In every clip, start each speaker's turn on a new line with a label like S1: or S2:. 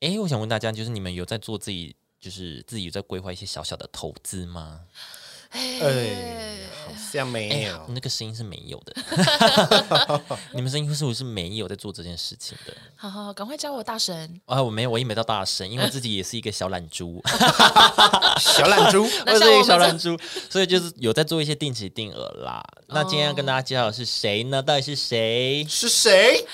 S1: 哎，我想问大家，就是你们有在做自己，就是自己有在规划一些小小的投资吗？
S2: 哎，好像没
S1: 哎，
S2: 有。
S1: 那个声音是没有的， 你们声音是不是没有在做这件事情的？
S3: 好好，好赶快教我大神。
S1: 啊，我没有，我也没到大神，因为我自己也是一个小懒 猪，
S2: 小懒 猪，
S1: 我
S3: 那像
S1: 是一个
S3: 我们
S1: 小
S3: 这
S1: 懒猪，所以就是有在做一些定期定额啦。那今天要跟大家介绍的是谁呢？到底是谁？
S2: 是谁？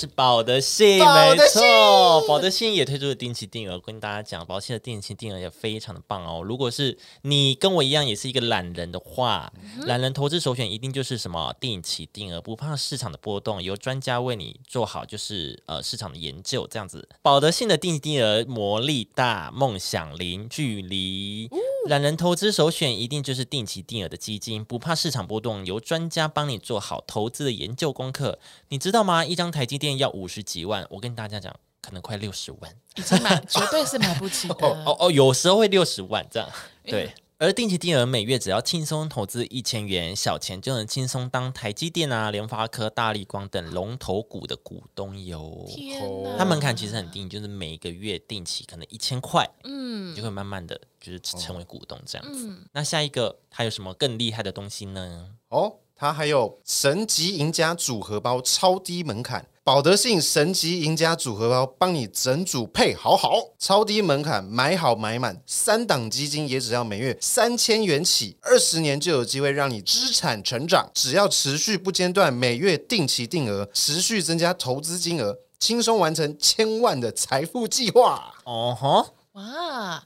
S1: 是保德信，
S2: 保
S1: 没
S2: 德信
S1: 错，保德信也推出了定期定额。跟大家讲，保德信的定期定额也非常的棒哦。如果是你跟我一样也是一个懒人的话，懒人投资首选一定就是什么定期定额，不怕市场的波动，由专家为你做好就是呃市场的研究这样子。保德信的定期定额魔力大，梦想零距离。懒人投资首选一定就是定期定额的基金，不怕市场波动，由专家帮你做好投资的研究功课。你知道吗？一张台积电要五十几万，我跟大家讲，可能快六十万。
S3: 已经买，绝对是买不起的。
S1: 哦哦哦，有时候会六十万这样。对，而定期定额每月只要轻松投资一千元，小钱就能轻松当台积电啊、联发科、大力光等龙头股的股东哟。
S3: 天啊
S2: 哦
S3: 哪！
S1: 它门槛其实很低，就是每个月定期可能一千块，你
S3: 嗯
S1: 就会慢慢的就是成为股东这样子。
S3: 嗯，
S1: 那下一个还有什么更厉害的东西呢？
S2: 哦，它还有神级赢家组合包，超低门槛。保德信神级赢家组合包，帮你整组配好好，超低门槛，买好买满，三档基金也只要每月三千元起，二十年就有机会让你资产成长。只要持续不间断，每月定期定额，持续增加投资金额，轻松完成千万的财富计划。
S1: 哦吼，
S3: 哇。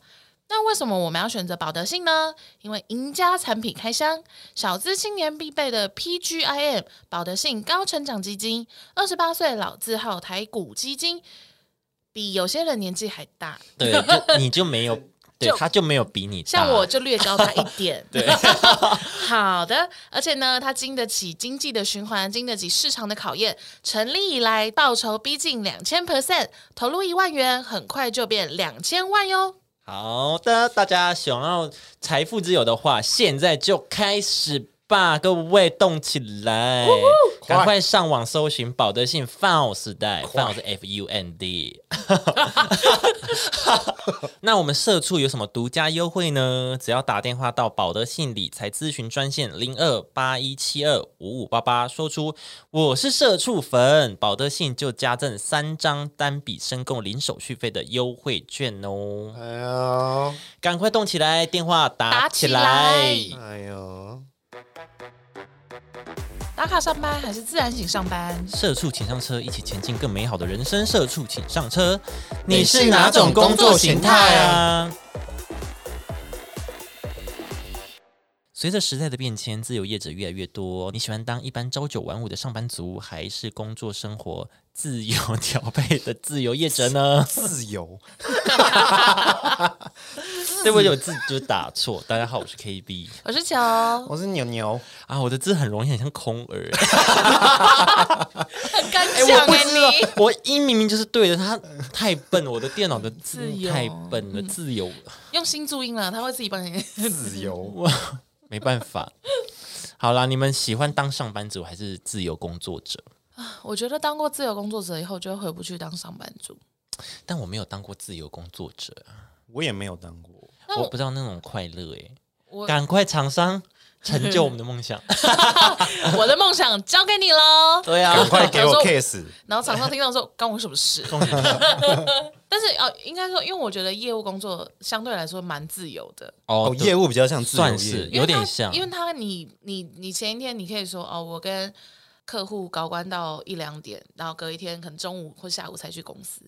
S3: 那为什么我们要选择保德信呢？因为赢家产品开箱，小资青年必备的 PGIM 保德信高成长基金，二十八岁老字号台股基金，比有些人年纪还大，
S1: 对，就你就没有，对
S3: 就，
S1: 他就没有比你大
S3: 像我就略高他一 点。对， 好的。而且呢，它经得起经济的循环，经得起市场的考验。成立以来，报酬逼近两千 percent，投入一万元，很快就变两千万哟。
S1: 好的，大家想要财富自由的话，现在就开始吧，各位动起来，赶快上网搜寻保德信 FUN 时代，FUN 是 F U N D。那我们社畜有什么独家优惠呢？只要打电话到保德信理财咨询专线零二八一七二五五八八，说出我是社畜粉，保德信就加赠三张单笔申购零手续费的优惠券哦。
S2: 哎呦，
S1: 赶快动起来，电话打
S3: 打
S1: 起
S3: 起
S1: 来
S3: 来。
S2: 哎呦，
S3: 打卡上班还是自然醒上班？
S1: 社畜请上车，一起前进更美好的人生。社畜请上车，
S2: 你是哪种工作形态
S1: 啊？随着时代的变迁，自由业者越来越多。你喜欢当一般朝九晚五的上班族，还是工作生活自由调配的自由业者呢？
S2: 自由，
S1: 对不起，我字就是打错。大家好，我是 KB
S3: 我是乔，
S1: 哎
S2: 我是牛牛。
S1: 啊，我的字很容易很像空耳。
S3: 很敢
S1: 哎、
S3: 讲
S1: 我不
S3: 哎
S1: 知道
S3: 你。，
S1: 我音明明就是对的，他太笨，我的电脑的字哦
S3: 自
S1: 幕
S3: 由
S1: 太笨了，自由
S3: 用心注音了，他会自己帮你。
S2: 自由，
S1: 嗯没办法。好啦，你们喜欢当上班族还是自由工作者？
S3: 我觉得当过自由工作者以后，就会回不去当上班族。
S1: 但我没有当过自由工作者，
S2: 我也没有当过。
S3: 那
S1: 我
S3: 我
S1: 不知道那种快乐诶、
S3: 我
S1: 赶快厂商成就我们的梦 想。
S3: 我的梦想交给你喽。
S1: 对啊，
S2: 赶快给我
S3: 有时候
S2: case，
S3: 然后厂商听到说关我什么事？ 但是呃，应该说，因为我觉得业务工作相对来说蛮自由的，
S1: 哦
S2: 哦，，业
S1: 务
S2: 务比较像自由业
S1: 算是
S3: 因为
S1: 有点
S3: 他
S1: 像
S3: 因为他你你你前一天你可以说哦，我跟客户高官到一两点，然后隔一天可能中午或下午才去公司，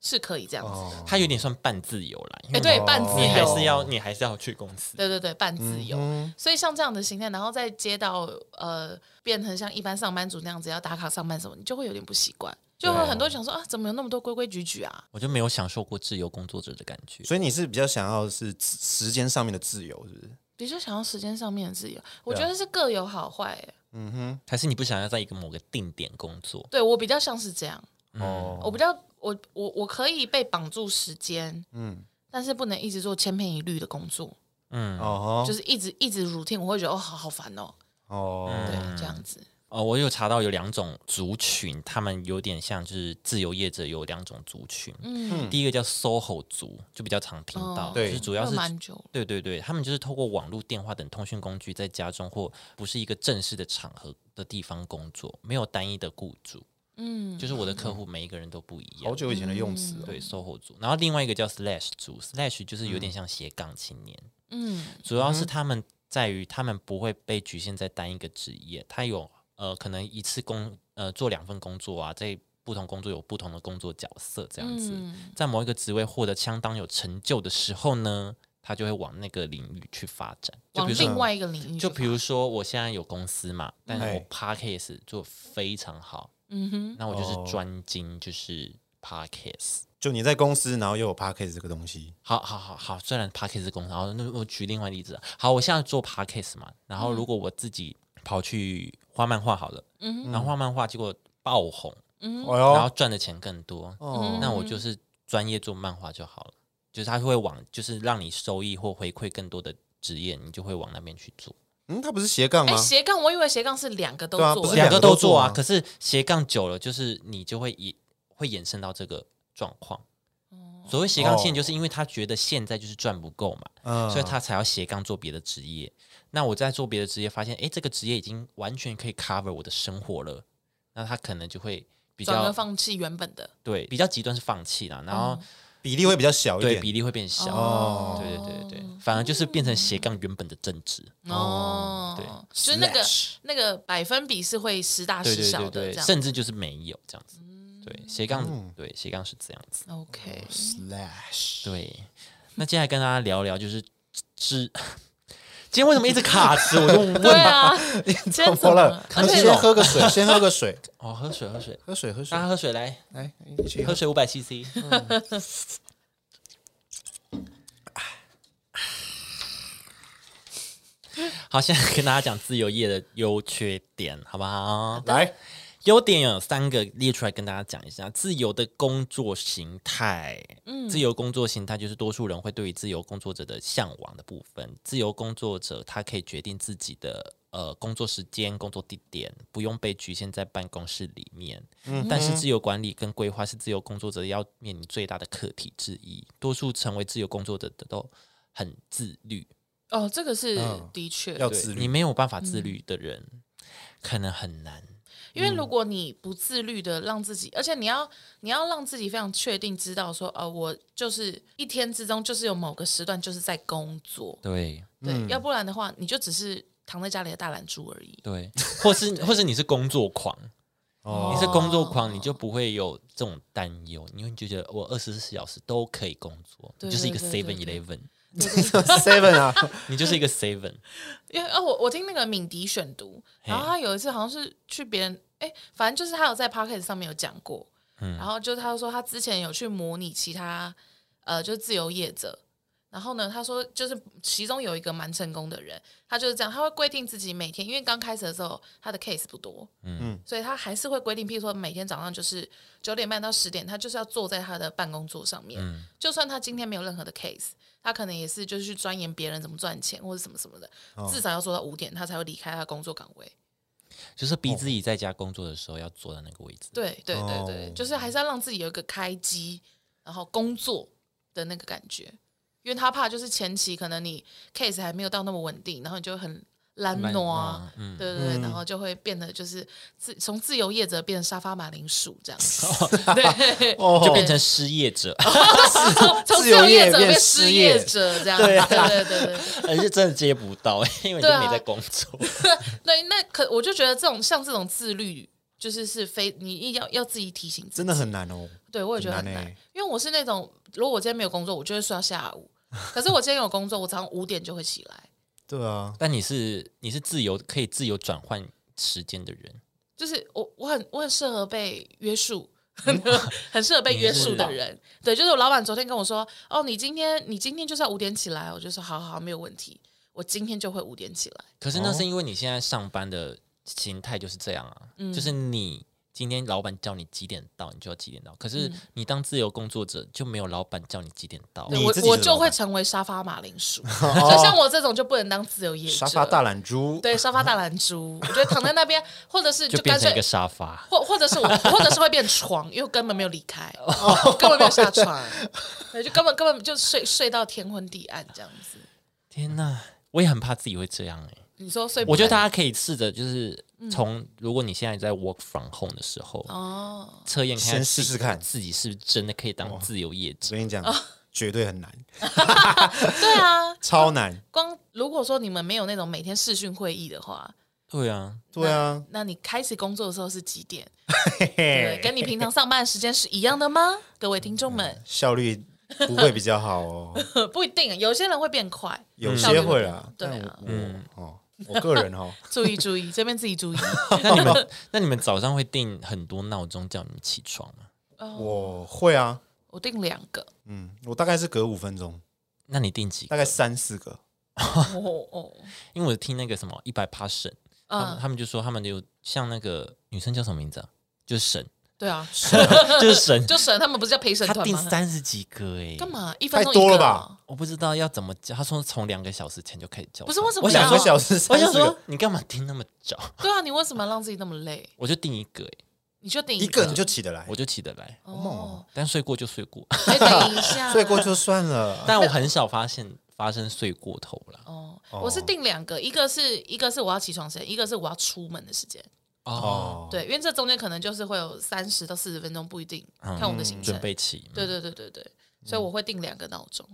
S3: 是可以这样子。
S2: 哦，
S1: 他有点算半自由啦。因为
S3: 哎、对，半自
S1: 你还
S3: 由，
S1: 是要你还是要去公司。
S3: 对对对，半自由。
S2: 嗯
S3: 所以像这样的形态，然后再接到呃，变成像一般上班族那样子要打卡上班什么，你就会有点不习惯，就会很多人想说啊，怎么有那么多规规矩矩啊？
S1: 我就没有享受过自由工作者的感觉。
S2: 所以你是比较想要是时时间上面的自由，是不是？
S3: 比如说想要时间上面的自由，我
S1: 啊
S3: 觉得是各有好坏、欸。
S2: 嗯哼，
S1: 还是你不想要在一个某个定点工作？
S3: 对我比较像是这样，
S1: 嗯
S3: 我
S2: 哦，
S3: 比较我我我可以被绑住时间，
S2: 嗯，
S3: 但是不能一直做千篇一律的工作，
S1: 嗯，
S2: 哦
S3: 就是一直一直 routine，我会觉得哦，好好烦哦，
S2: 哦，
S3: 对，
S1: 嗯
S3: 这样子。
S1: 呃，我有查到有两种族群，他们有点像就是自由业者有两种族群，嗯，第一个叫 SOHO 族，就比较常听到，
S3: 哦
S2: 对
S1: 就是主要
S3: 那
S1: 是
S3: 蛮久了。
S1: 对对对，他们就是透过网络、电话等通讯工具，在家中或不是一个正式的场合的地方工作，没有单一的雇主。
S3: 嗯，
S1: 就是我的客户每一个人都不一样。
S2: 好久以前的用词、哦，
S1: 嗯对，SOHO 族，然后另外一个叫 Slash 族，Slash 就是
S2: 嗯
S1: 有点像斜杠青年，
S3: 嗯
S1: 主要是他们在于他们不会被局限在单一个职业，他有呃可能一次工呃做两份工作啊，在不同工作有不同的工作角色这样子，
S3: 嗯
S1: 在某一个职位获得相当有成就的时候呢，他就会往那个领域去发展，就
S3: 往
S1: 比如说
S3: 另外一个领域去
S1: 就
S3: 吧，
S1: 比如说，我现在有公司嘛，但是
S2: 哎
S1: 我 podcast 做非常好，
S3: 嗯哼，
S1: 那我
S2: 哦
S1: 就是专精就是 podcast。
S2: 就你在公司，然后又有 p a c k a g e 这个东西，
S1: 好好好好，虽然 podcast 是公司，然后那我举另外例子啊，好，我现在做 podcast 嘛，然后如果我自己跑去画漫画好了，
S3: 嗯
S1: 然后画漫画结果爆红，
S3: 嗯
S2: 哎
S1: 然后嗯
S2: 呦，
S1: 赚的钱更多，
S2: 哦
S1: 那我就是专业做漫画就好了，就是他会往就是让你收益或回馈更多的职业，你就会往那边去做。
S2: 嗯，它不是斜杠吗
S3: 哎，？斜杠，我以为斜杠是两个都
S2: 对啊
S3: 做
S2: 不是
S3: 欸，
S1: 两
S2: 两
S1: 个
S2: 个
S1: 都
S2: 都
S1: 做
S2: 做
S1: 啊，
S2: 啊
S1: 可是斜杠久了，就是你就会也会衍生到这个状况。所谓斜杠线，
S2: 哦
S1: 就是因为他觉得现在就是赚不够嘛，
S2: 嗯
S1: 所以他才要斜杠做别的职业。那我在做别的职业，发现诶，这个职业已经完全可以 cover 我的生活了，那他可能就会比
S3: 转而
S1: 较
S3: 放嗯弃原本的
S1: 对比较极端是放弃啦，然后、
S2: 比例会比较小一
S1: 对
S2: 点。
S1: 比例会变小。
S2: 哦
S1: 对对对对，反而就是变成斜杠原本的正职。
S3: 哦，
S1: 对
S3: 就是那个
S2: Slash
S3: 那个百分比是会时大
S1: 对
S3: 时
S1: 对
S3: 小
S1: 对
S3: 的
S1: 对，
S3: 这样。嗯
S1: 甚至就是没有这样子。对，斜杠
S2: 嗯
S1: 对斜杠是这样子。
S3: OK，
S2: slash
S1: 对，那接下来跟大家聊聊就是知， 今天为什么一直卡词？我就
S3: 对啊， 今天怎么了？
S2: 可哦
S3: 而
S2: 能
S3: 且
S2: 先喝个水，先喝个水，
S1: 哦，喝水喝水，
S2: 喝水，喝水
S1: 大，家喝水来，
S2: 来一起
S1: 喝
S2: 喝。
S1: 水五百 CC。好，现在跟大家讲自由业的优缺点，好不好？
S2: 来，
S1: 优点有三个列出来跟大家讲一下。自由的工作形态，嗯，自由工作形态就是多数人会对于自由工作者的向往的部分。自由工作者他可以决定自己的呃工作时间、工作地点，不用被局限在办公室里面。但是自由管理跟规划是自由工作者要面临最大的课题之一。多数成为自由工作者的都很自律，
S3: 哦，这个是
S2: 嗯
S3: 的确，
S2: 要
S1: 对
S2: 自
S1: 你
S2: 律，
S1: 没有办法自律的人，可能很难。
S3: 因为如果你不自律的让自己，而且你要你要让自己非常确定知道说，呃，我就是一天之中就是有某个时段就是在工作，
S1: 对，
S3: 对，要不然的话你就只是躺在家里的大懒猪而已。
S1: 对，或是或是你是工作狂，
S2: 哦
S1: 你是工作狂，你就不会有这种担忧，因为你就觉得我二十四小时都可以工作，
S3: 对
S1: 你就是一个
S3: 对
S1: seven
S3: 对对
S1: eleven，
S2: seven 啊，
S1: 你就是一个 seven，
S3: 因为哦，我我听那个敏迪选读，
S1: 嘿
S3: 然后他有一次好像是去别人，哎，反正就是他有在 p o c k e t 上面有讲过，然后就是他说他之前有去模拟其他呃，就是自由业者。然后呢，他说就是其中有一个蛮成功的人，他就是这样，他会规定自己每天，因为刚开始的时候他的 case 不多，嗯
S2: 嗯，
S3: 所以他还是会规定，譬如说每天早上就是九点半到十点，他就是要坐在他的办公桌上面，就算他今天没有任何的 case，他可能也是就是去钻研别人怎么赚钱或者什么什么的，至少要做到五点，他才会离开他的工作岗位。
S1: 就是逼自己在家工作的时候要坐在那个位置。
S3: 对对对对，
S2: 哦
S3: 就是还是要让自己有一个开机，然后工作的那个感觉，因为他怕就是前期可能你 case 还没有到那么稳定，然后你就很懒
S1: 懒
S3: 惰
S1: 惰，
S3: 啊
S1: 嗯
S3: 对对对，然后就会变得就是自从自由业者变成沙发马铃薯这样子， 对，
S2: 哦
S1: 就变成失业者，
S3: 从 从自
S2: 自
S3: 由
S2: 由
S3: 业
S2: 业
S3: 者
S2: 者
S3: 变
S2: 变
S3: 失
S2: 失
S3: 业
S2: 业
S3: 者这样，
S2: 对啊
S3: 对对对对。
S1: 而且真的接不到，因为你
S3: 对啊
S1: 就没在工作。
S3: 对，那可我就觉得这种像这种自律，就是是非你要要自己提醒自己，
S2: 真的很难哦。
S3: 对我也觉得很难，
S2: 很难欸
S3: 因为我是那种如果我今天没有工作，我就会睡到下午。可是我今天有工作，我早上五点就会起来，
S2: 对啊，
S1: 但你是你是自由可以自由转换时间的人，
S3: 就是我我很我很适合被约束。
S2: 嗯
S3: 很适合被约束的人，对，就是我老板昨天跟我说，哦，你今天你今天就是要五点起来，我就说好好好没有问题，我今天就会五点起来，
S2: 哦
S3: 嗯
S1: 可是那是因为你现在上班的形态就是这样啊，就是你今天老板叫你几点到，你就要几点到。可是
S3: 嗯
S1: 你当自由工作者就没有老板叫你几点到，
S2: 你
S3: 我
S2: 自己
S3: 我
S2: 是
S3: 就
S2: 老板
S3: 会成为沙发马铃薯，所以像我这种就不能当自由业者。
S2: 哦沙发大懒猪，
S3: 对沙发大懒猪，我觉得躺在那边，或者是
S1: 就变
S3: 干
S1: 成一
S3: 脆
S1: 个沙发。
S3: 或或者是我，或者是会变床，因为根本没有离开，哦根本没有下床，对，就根本根本就睡睡到天昏地暗这样子。
S1: 天哪，我也很怕自己会这样哎、
S3: 你说睡不着，
S1: 我觉得大家可以试着就是
S3: 嗯
S1: 从，如果你现在在 work from home 的时候，
S3: 哦，
S1: 测验看
S2: 先试试看
S1: 自己是不是真的可以当自由业
S2: 我
S1: 者。
S2: 跟你讲，绝对很难，
S3: 对啊，
S2: 超难。
S3: 光如果说你们没有那种每天视讯会议的话，
S1: 对啊，
S2: 对啊，
S3: 那你开始工作的时候是几点？
S2: 嘿
S3: 对，
S2: 嘿，
S3: 跟你平常上班的时间是一样的吗？各位听众们，
S2: 效率不会比较好哦，
S3: 不一定，有些人会变快，
S2: 有
S3: 嗯效
S2: 些
S3: 率会
S2: 会
S3: 变
S2: 啦。
S3: 对
S2: 但
S3: 啊，
S2: 我哦，我个人哦，
S3: 注意注意，这边自己注意。
S1: 那你们那你们早上会定很多闹钟叫你们起床吗？
S3: 哦，
S2: 我会啊，
S3: 我定两个，
S2: 嗯，我大概是隔五分钟，
S1: 那你定几个
S2: 大概三四个。
S3: 哦哦，
S1: 因为我听那个什么一百趴神，他们
S3: 嗯，
S1: 他们就说他们有像那个女生叫什么名字啊？就是神，
S3: 对啊，
S1: 就是神，
S3: 就省他们不是叫陪审
S1: 他
S3: 团
S1: 定
S3: 吗？
S1: 三十几个哎、
S3: 干？嘛？一分钟
S2: 太多
S3: 一
S2: 了
S3: 个
S2: 吧
S3: 哦？
S1: 我不知道要怎么叫，他说从两个小时前就开始叫他。
S3: 不是为什么
S1: 我想
S3: 要
S1: 说
S2: 两个小时
S1: 我
S2: 三
S1: 想
S2: 四
S1: 说
S2: 个，
S1: 你干嘛听那么早？
S3: 对啊，你为什么要让自己那么累？
S1: 我就定一个哎、
S3: 你就定
S2: 一个
S3: 个
S2: 你就起得来
S1: 我，就起得来，
S3: 哦，
S1: 但睡过就睡 过，
S3: 哎，等 一下，
S2: 睡过就算 了。
S1: 但我很少发现发生睡过头啦。
S3: 哦，我是定两个，一个是一个是我要起床时间，一个是我要出门的时间。
S1: 哦，
S2: 哦，
S3: 对，因为这中间可能就是会有三十到四十分钟，不一定
S2: 嗯
S3: 看我们的行程
S1: 嗯准。备起，
S3: 对对对对对，所以我会定两个闹钟。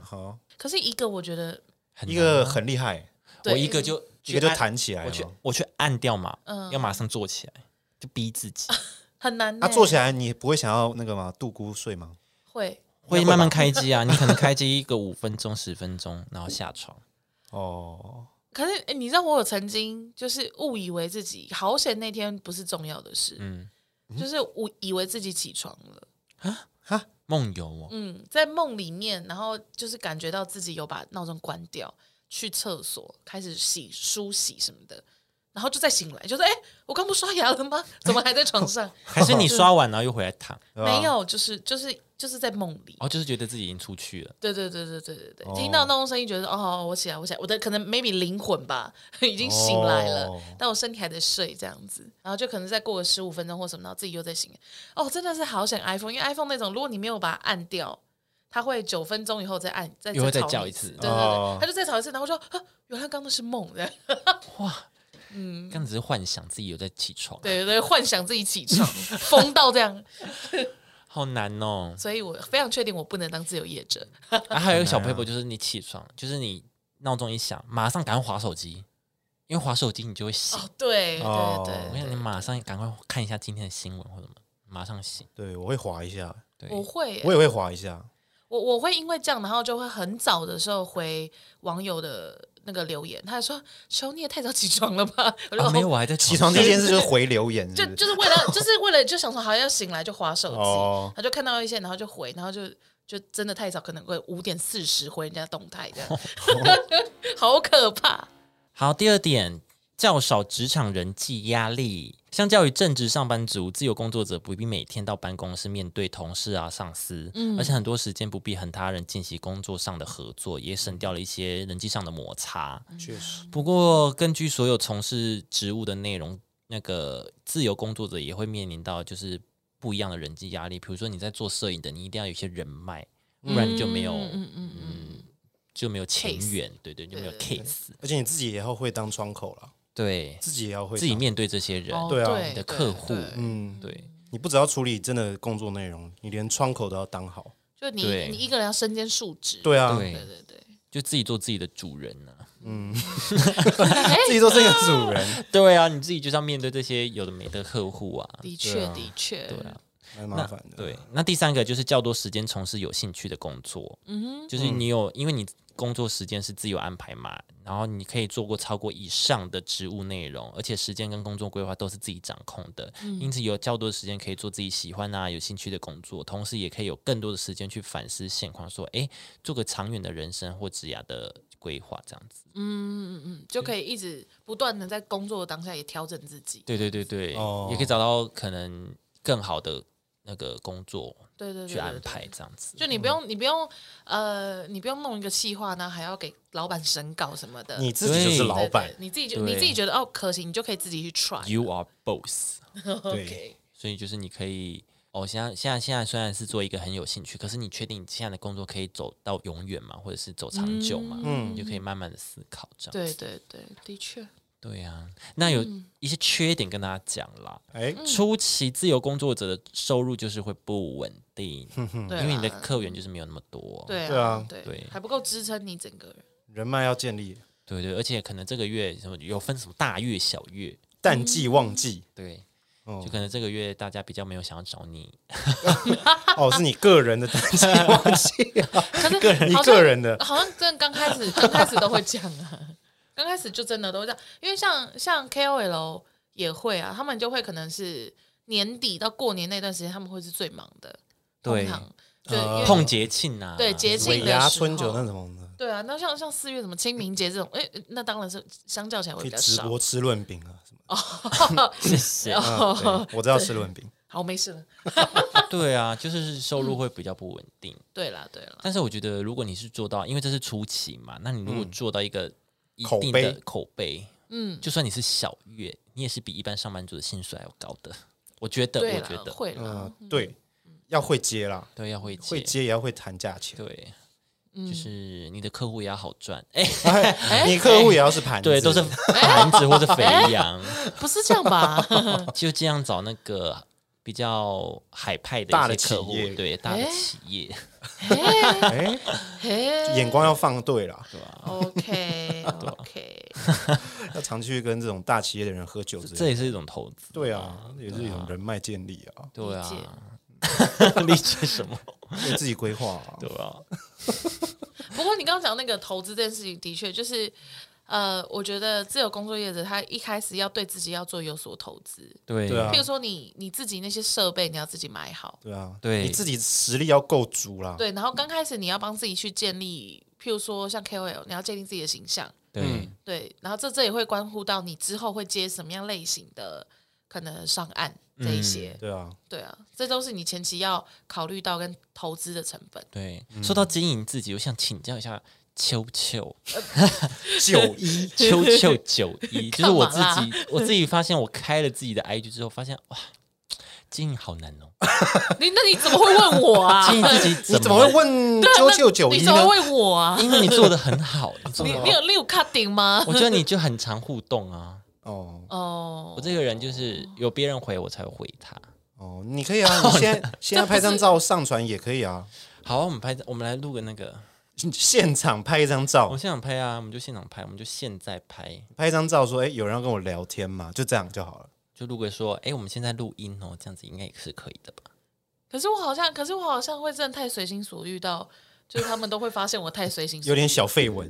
S2: 好，
S3: 可是一个我觉得，
S1: 很
S2: 一
S1: 难
S2: 个很厉害，
S3: 对
S1: 我一个就
S2: 一个就
S1: 按
S2: 弹起来
S1: 我
S2: 了。
S1: 去我去按掉嘛，
S3: 嗯
S1: 要马上坐起来，就逼自己，
S3: 很难
S2: 那
S3: 呢。
S2: 啊坐起来你不会想要那个吗？度孤睡吗？
S3: 会
S1: 会慢慢开机啊。 你可能开机一个五分钟、十分钟，然后下床。
S2: 哦，
S3: 可是诶你知道，我有曾经就是误以为自己好险，那天不是重要的事，
S1: 嗯
S3: 就是我以为自己起床了，
S1: 梦游哦，
S3: 嗯，在梦里面，然后就是感觉到自己有把闹钟关掉，去厕所开始洗梳洗什么的，然后就再醒来，就说：“哎、我刚不刷牙了吗？ 怎么还在床上？”
S1: 还是你刷完然后又回来躺，
S2: 对吧
S3: 没，有，就是就是就是在梦里。
S1: 哦，就是觉得自己已经出去了。
S3: 对对对对对对对，
S2: 哦
S3: 听到闹钟声音，觉得哦，我起来，我起来，我的可能 maybe 灵魂吧，已经醒来了，
S2: 哦
S3: 但我身体还在睡这样子，然后就可能再过个十五分钟或什么，然后自己又在醒。哦，真的是好想 iPhone，因为 iPhone 那种，如果你没有把它按掉，它会九分钟以后再按，再
S1: 又会再
S3: 吵你
S1: 叫
S3: 一
S1: 一次
S3: 对对对，
S2: 哦
S3: 它就再吵一次，然后我说啊，原来刚刚是梦这样，
S1: 刚刚只是幻想自己有在起床，
S3: 对对对，幻想自己起床，疯到这样，
S1: 好难哦。
S3: 所以我非常确定我不能当自由业者。
S1: 啊，还有一个小 paper 就是你起床，就是你闹钟一响，马上赶快划手机，因为划手机你就会醒。
S3: 哦，对对
S2: 哦
S1: 我
S3: 对
S1: 想你
S3: 对，
S1: 马上赶快看一下今天的新闻或什么，马上醒。
S2: 对我会滑一下，
S1: 对，
S3: 我会耶、
S2: 我也会滑一下。
S3: 我我会因为这样，然后就会很早的时候回网友的那个留言，他就说：“求你也太早起床了吧？”我就、
S1: 啊，没有，
S3: 哦
S1: 我还在
S2: 起床第一
S1: 上
S2: 件事就是回留言，
S3: 就是
S2: 不是
S3: 就是为了就是为了就想说好要醒来就划手机，
S2: 哦
S3: 然后就看到一些，然后就回，然后就就真的太早，可能会五点四十回人家动态这
S1: 哦
S3: 样， 好可怕。
S1: 好，第二点，较少职场人际压力。相较于正职上班族，自由工作者不必每天到办公室面对同事啊、上司，
S3: 嗯
S1: 而且很多时间不必和他人进行工作上的合作，也省掉了一些人际上的摩擦。
S3: 嗯
S2: 确实
S1: 不过，根据所有从事职务的内容，那个自由工作者也会面临到就是不一样的人际压力。比如说你在做摄影的，你一定要有一些人脉，不然你就没有
S3: 嗯嗯嗯嗯，
S1: 就没有前
S3: Case
S1: 缘，对对，就没有
S3: 对对
S1: case，
S2: 而且你自己也要会当窗口啦，
S1: 对
S2: 自己也要会
S1: 自己
S2: 当
S1: 面对这些人，
S3: 哦
S2: 对啊
S1: 你的客户
S3: 对对
S2: 嗯，
S1: 对。
S2: 你不只要处理真的工作内容，你连窗口都要当好。
S3: 就你
S1: 对
S3: 你一个人要身兼数职，
S2: 对啊，
S1: 对
S3: 对对对，
S1: 就自己做自己的主人啊呢、
S2: 自己都是一个主 人，
S1: 对啊，你自己就是要面对这些有的没的客户啊。
S3: 的
S2: 对
S3: 确
S2: 啊
S3: 的确，
S1: 对啊，
S2: 蛮麻
S1: 那
S2: 烦的。
S1: 对，那第三个就是较多时间从事有兴趣的工作，嗯，就是你有，因为你工作时间是自由安排嘛，然后你可以做过超过以上的职务内容，而且时间跟工作规划都是自己掌控的，
S3: 嗯
S1: 因此有较多的时间可以做自己喜欢啊、有兴趣的工作，同时也可以有更多的时间去反思现况，说，哎，做个长远的人生或职涯的规划这样子。
S3: 嗯嗯嗯，就可以一直不断的在工作的当下也调整自己。
S1: 对对对对，
S2: 哦
S1: 也可以找到可能更好的那个工作
S3: 对对对
S1: 去安。
S3: 对
S1: 排
S3: 对
S1: 这样子。
S3: 就你不用，你不用，呃，你不用弄一个企划呢，还要给老板审稿什么的。
S2: 你自己就是
S1: 对
S2: 老板
S3: 对对，你自己就
S1: 对
S3: 你自己觉得哦可行，你就可以自己去 try。
S1: You are boss，
S2: 对，
S1: 所以就是你可以。哦，现在现在现在虽然是做一个很有兴趣，可是你确定你现在的工作可以走到永远吗？或者是走长久吗？
S2: 嗯
S1: 你就可以慢慢的思考这样。
S3: 对嗯对对，的确，
S1: 对啊，那有一些缺点跟大家讲啦。
S2: 哎，
S3: 嗯
S1: 初期自由工作者的收入就是会不稳定，
S3: 对
S1: 因为你的
S3: 啦
S1: 客源就是没有那么多。
S3: 对
S2: 对
S3: 啊
S2: 啊
S3: 对
S1: 对
S3: 还不够支撑你整个人。
S2: 人脉要建
S3: 嗯
S2: 立，
S1: 对对，而且可能这个月什么有分什么大月、小月，
S2: 淡季旺季
S1: 对，
S2: 哦
S1: 就可能这个月大家比较没有想要找你，
S2: 哦，是你个人的淡 季旺季啊，
S3: 可是
S2: 你
S3: 好像
S2: 个人的
S3: 好像真的刚开始，刚开始都会这样啊，刚开始就真的都会这样，因为像像 KOL 也会啊，他们就会可能是年底到过年那段时间，他们会是最忙的，
S1: 对
S3: 通常对，
S2: 呃
S3: 因为
S1: 碰节庆啊，
S3: 对节庆
S2: 尾
S3: 的
S2: 牙、
S3: 时
S2: 春酒
S3: 候
S2: 那种的，
S3: 对啊，那像像四月什么清明节这种，哎，那当然是相较起来会
S2: 可
S3: 比
S2: 以
S3: 较
S2: 直
S3: 少。
S2: 播吃润饼啊什么
S1: 谢谢。
S2: 的啊，对我知道吃润饼，
S3: 好，没事了。
S1: 对啊，就是收
S3: 嗯
S1: 入会比较不稳定。
S3: 对啦，对啦，
S1: 但是我觉得，如果你是做到，因为这是初期嘛，那你如果做到一个一
S2: 嗯口
S1: 定的
S2: 碑
S1: 口碑，
S3: 嗯，
S1: 就算你是小月，你也是比一般上班族的薪水还要高的。我觉得，
S3: 对
S1: 我
S3: 啦
S1: 觉，得，
S3: 会啦
S2: 嗯，，对，要会接啦，
S1: 对，要会接，
S2: 会接也要会谈价钱，
S1: 对，
S3: 嗯
S1: 就是你的客户也要好赚，哎，
S2: 你客户也要是盘子，
S1: 对， 都是盘子或者肥羊，
S3: 不是这 样吧？
S1: 就这样找那个比较海派的
S2: 大
S1: 一
S2: 的
S1: 些客
S2: 企
S1: 户
S2: 业，
S1: 对大的
S3: 哎
S1: 企业，
S3: 哎
S2: 哎，
S3: 哎
S2: 眼光要放对啦，
S3: ，OK OK，
S2: 要常去跟这种大企业的人喝酒之类的，
S1: 这也是一种投资，
S2: 对啊，也是一种人脉建立啊，
S1: 对
S3: 理解
S1: 啊， 理解什么？
S2: 为自己规划啊，
S1: 对啊，
S3: 不过你刚刚讲那个投资这件事情，的确就是，呃，我觉得自由工作业者他一开始要对自己要做有所投资，
S1: 对
S2: 对啊
S3: 譬如说你你自己那些设备你要自己买好，
S2: 对啊，
S1: 对
S2: 你自己实力要够足啦，
S3: 对，然后刚开始你要帮自己去建立，譬如说像 KOL，你要建立自己的形象，
S2: 嗯
S1: 对
S3: 对，然后这这也会关乎到你之后会接什么样类型的可能上岸这一些，
S2: 对啊，
S3: 对啊，这都是你前期要考虑到跟投资的成本。
S1: 对，
S2: 嗯
S1: 说到经营自己，我想请教一下秋秋，
S2: 九一
S1: 秋秋九 一，就是我自
S3: 干嘛啦
S1: 己，我自己发现我开了自己的 IG 之后，发现哇，经营好难哦，
S3: 你那你怎么会问我啊？
S1: 经营自己
S2: 你怎么会问九九九一
S3: 你 怎
S2: 呢？啊
S3: 么会问 我啊？
S1: 因为你做的很好，你做
S3: 你
S1: 得很
S3: 你有你有 cutting 吗？
S1: 我觉得你就很常互动啊。
S2: 哦
S3: 哦，
S1: 我这个人就是有别人回我才会回他。
S2: 哦，你可以啊，你现在现在拍张照上传也可以啊，
S1: 好，我们拍，我们来录个那个，
S2: 现场拍一张
S1: 我
S2: 照
S1: 们，现场拍啊，我们就现场拍，我们就现在拍，
S2: 拍一张照说，哎，有人要跟我聊天嘛，就这样就好了。
S1: 就录个说，哎，我们现在录音哦，这样子应该也是可以的吧？
S3: 可是我好像，可是我好像会真的太随心所欲到，就是他们都会发现我太随心所
S2: 有
S3: 欲。
S2: 点小绯闻，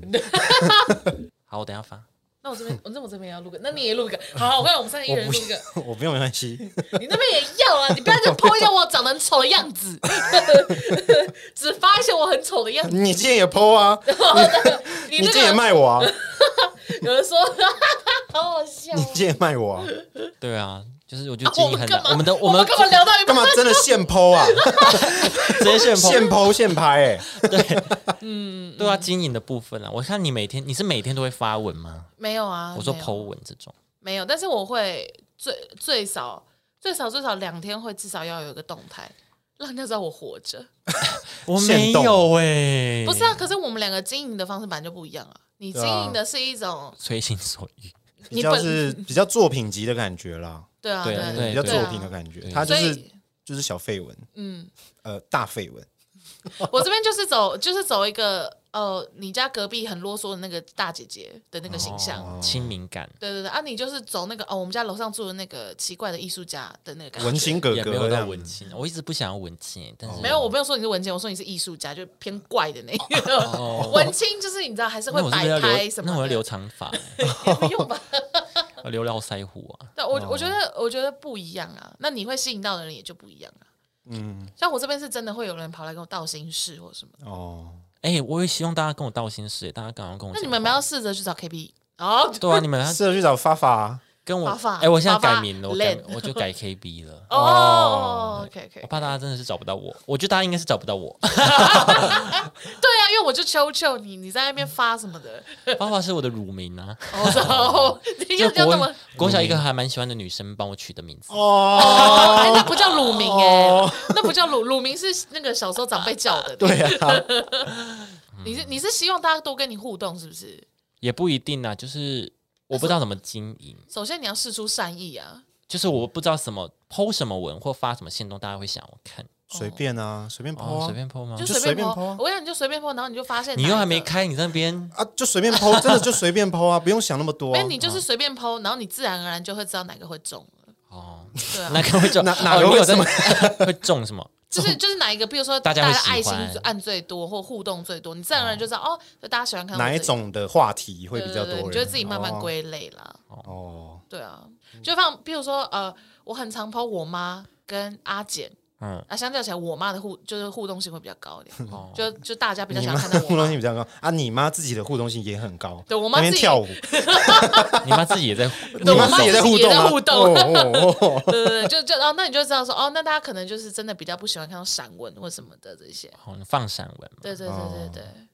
S1: 好，我等一下发。
S3: 那我这边，我那我这边也要录个，那你也录一个。好，我看我们三个一人录一个，
S2: 我不用没关系。
S3: 你那边也要啊！你不要再剖一下我长得很丑的样子， 只发一些我很丑的样 子。
S2: 你今天也 PO 啊，
S3: 你
S2: 你今
S3: 那
S2: 天也
S3: 个
S2: 卖我啊，
S3: 有人说， 好好笑哦
S2: 你。今天也卖我啊，
S1: 对啊，就是我觉得经
S3: 我
S1: 营很
S3: 们干
S1: 难。
S3: 嘛？
S1: 我们的
S3: 啊我
S1: 们
S3: 干嘛聊到一
S2: 干
S3: 半
S2: 嘛？真的现 PO 啊？
S1: 直接现
S2: 现 PO 现拍哎，
S1: 对啊，经营的部分啊，我看你每天你是每天都会发文吗？
S3: 没有啊，
S1: 我说
S3: 没有
S1: Po 文这种，
S3: 没有，但是我会最最少最少最少两天会至少要有一个动态，让人家知道我活着。
S1: 我没
S2: 限动
S1: 有哎，
S3: 不是啊，可是我们两个经营的方式本来就不一样啊。你经
S2: 对啊
S3: 营的是一种，
S1: 随心所欲。
S2: 比
S3: 你
S2: 较
S3: 本
S2: 是比较作品集的感觉啦。
S3: 对啊，
S1: 对
S3: 啊
S1: 啊
S3: 对啊
S2: 比较
S1: 对
S2: 作品的感觉，
S1: 对
S2: 他就
S3: 所
S2: 是
S3: 以
S2: 就是小绯闻，
S3: 嗯，
S2: 呃，大绯闻，
S3: 我这边就是走，就是走一个呃，你家隔壁很啰嗦的那个大姐姐的那个形象。
S1: 哦亲民感，
S3: 对对对啊，你就是走那个哦，我们家楼上住的那个奇怪的艺术家的那个感觉。
S2: 文青哥
S1: 也
S2: 哥
S1: 没有
S2: 这
S1: 到
S2: 样
S1: 文青，啊我一直不想要文青，欸但是
S3: 哦没有，我没有说你是文青，我说你是艺术家，就偏怪的那个。
S1: 哦
S3: 文青就是你知道还是会
S1: 那我是不
S3: 摆
S1: 是要
S3: 拍
S1: 留
S3: 什？么的，
S1: 那我要留长发，欸
S3: 也不用吧？
S1: 要留络腮胡啊！
S3: 对我我觉得我觉得不一样啊，那你会吸引到的人也就不一样啊。嗯，像我这边是真的会有人跑来跟我道心事或什么的，
S2: 哦，
S1: 哎、哎、我也希望大家跟我道心事，大家赶快跟我讲话。
S3: 那你们不要试着去找 KB 哦
S1: 对啊，你 们要
S2: 试着去找发发啊、
S1: 跟我
S3: 麻烦
S1: 哎、我现在
S3: 麻烦
S1: 改名了，我改
S3: Len
S1: 我就改 KB 了。
S3: 哦，OK OK，
S1: 我怕大家真的是找不到我，我觉得大家应该是找不到我。
S3: 对啊，因为我就求求你，你在那边发什么的，
S1: 爸爸是我的乳名啊，
S2: 哦
S3: 我说 你
S1: 就
S3: 就叫
S1: 国
S3: 那么，
S1: 国小一个还蛮喜欢的女生帮我取的名字。
S2: 哦，
S3: 哎，那不叫乳名哎
S2: 哦，
S3: 那不叫乳乳名是那个小时候长辈叫的，
S2: 对啊，
S3: 你是你是希望大家多跟你互动是不是？
S1: 也不一定啊，就是我不知道怎么经营，
S3: 首先你要试出善意啊，
S1: 就是我不知道什么剖什么文或发什么行动，大家会想我看
S2: 随便啊，随便抛
S1: 哦，
S2: 啊
S1: 随，便剖吗？
S3: 就
S2: 就
S3: 随
S2: 随便
S3: 便
S2: po
S3: 泼
S2: 啊，
S3: 我想你就随便泼，然后你就发现
S1: 你
S3: 哪一
S1: 又
S3: 个
S1: 还没，开，你那边
S2: 啊，就随便抛，真的就随便抛啊，不用想那么多、
S3: 没
S2: 啊
S3: 哎有，你就是随便泼，然后你自然而然就会知道哪个会中了，
S1: 哦，
S3: 对啊
S1: 那。个会中
S2: 哪哪个
S1: 哦你有
S2: 会
S1: 在
S2: 中
S1: 会中什么？
S3: 就是就是哪一个，比如说
S1: 大家
S3: 家
S1: 会
S3: 的
S1: 喜
S3: 爱心
S1: 欢
S3: 按最多或互动最多，你自然而然就知道哦，就大家喜欢看我
S2: 哪一
S3: 这个
S2: 种的话题会
S3: 对
S2: 比
S3: 对
S2: 较
S3: 对，
S2: 多人？
S3: 你就会自己慢慢
S2: 哦
S3: 归类啦。
S2: 哦，
S3: 对啊，
S1: 嗯
S3: 就放比如说呃，我很常抛我妈跟阿简。
S1: 嗯，
S3: 啊，相较起来，我妈的互就是互动性会比较高一点，
S1: 哦
S3: 就就大家比较
S2: 你
S3: 想
S2: 妈
S3: 看到
S2: 的
S3: 我
S2: 互动
S3: 妈
S2: 性比较高啊，你妈自己的互动性也很高。
S3: 对我妈
S2: 那边
S3: 自己
S2: 跳舞，
S1: 你妈自己也在，
S2: 你
S3: 我
S2: 妈
S3: 妈
S2: 自己也在
S3: 自己
S2: 互
S3: 也
S2: 动
S3: 在
S2: 吗？
S3: 互动
S2: 哦哦哦
S3: 对对对，就就哦，那你就知道说哦，那大家可能就是真的比较不喜欢看到闪文或什么的这些。
S1: 哦，你放闪文嘛，
S3: 对对
S1: 哦
S3: 对对对，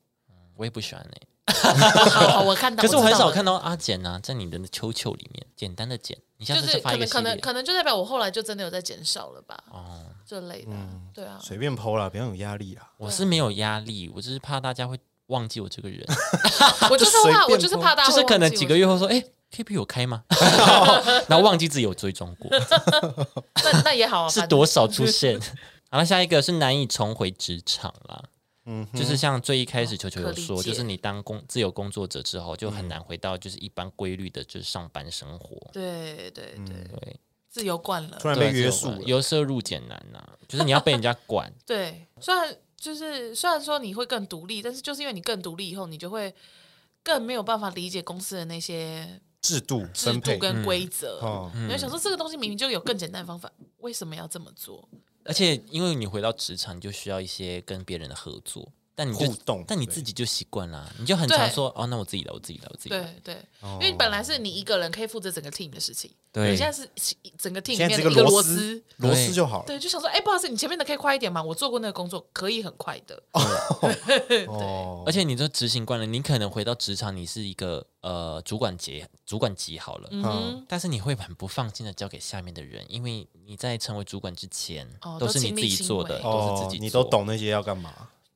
S1: 我也不喜欢哎。
S3: 好好，我看到。
S1: 可是我很
S3: 知道
S1: 少
S3: 了
S1: 看到阿简啊，在你的秋秋里面，简单的简，你下
S3: 就
S1: 次
S3: 是
S1: 再发
S3: 可
S1: 一个
S3: 能
S1: 系
S3: 可能
S1: 列
S3: 可能就代表我后来就真的有在减少了吧，
S1: 哦。
S3: 这类的啊，对 啊，
S2: 哦随便抛啦，不要有压力啊啦。
S1: 我是没有压力，我只是怕大家会忘记我这个人，
S3: 我就是
S2: 就随
S3: 怕，
S2: 便
S3: 我 就是怕大家
S1: 就
S3: 会
S1: 是可能
S3: 忘记
S1: 几
S3: 我
S1: 个
S3: 是
S1: 月后说，哎，KB 有开 吗？ 然后忘记自己有追踪过，
S3: 那那也好 啊，
S1: 是
S3: 反正
S1: 多少出现？ 好了，下一个是难以重回职场啦。
S2: 嗯哼，
S1: 就是像最一开始球球
S3: 哦可
S1: 有
S3: 理
S1: 说，就
S3: 解
S1: 是你当工自由工作者之后，就很难回到就是一般规律的，就是上班生活。
S3: 对对对，
S1: 嗯对，
S3: 自由惯了
S2: 突，然
S1: 对
S2: 被
S1: 啊
S2: 约
S1: 自
S2: 束
S1: 由
S2: 了
S1: 化，由奢入俭难呐、就是你要被人家管，
S3: 对，虽然就是虽然说你会更独立，但是就是因为你更独立以后，你就会更没有办法理解公司的那些
S2: 制度
S3: 制
S2: 分
S3: 度
S2: 配
S3: 跟规则。
S2: 哦，
S3: 你会想说，这个东西明明就有更简单的方法，为什么要这么做？
S1: 而且因为你回到职场，你就需要一些跟别人的合作，但你就
S2: 互动
S1: 但你
S2: 对
S1: 自己就习惯啦，你就很
S3: 对
S1: 常说哦，那我自己来，我自己来，我自己来。
S3: 对对，
S2: 哦
S3: 因为本来是你一个人可以负责整个 team 的事情，
S1: 对
S3: 你现在是整个 team 里
S2: 现在
S3: 面
S2: 这
S3: 的一个
S2: 螺
S3: 螺
S2: 丝
S3: 丝。
S2: 螺丝就好了。
S3: 对，就想说，哎、不好意思，你前面的可以快一点吗？我做过那个工作，可以很快的。
S2: 哦，
S1: 而且你这执行惯了，你可能回到职场，你是一个呃主管级主管级好了，
S3: 嗯哼，
S1: 但是你会很不放心的交给下面的人，因为你在成为主管之前，
S3: 哦
S1: 都
S3: 都
S1: 是你
S3: 亲
S1: 自
S3: 力
S1: 己
S3: 亲
S1: 做的，
S3: 为
S1: 都是
S2: 哦
S1: 自己，
S2: 你都
S1: 做，
S2: 懂那些要干 嘛？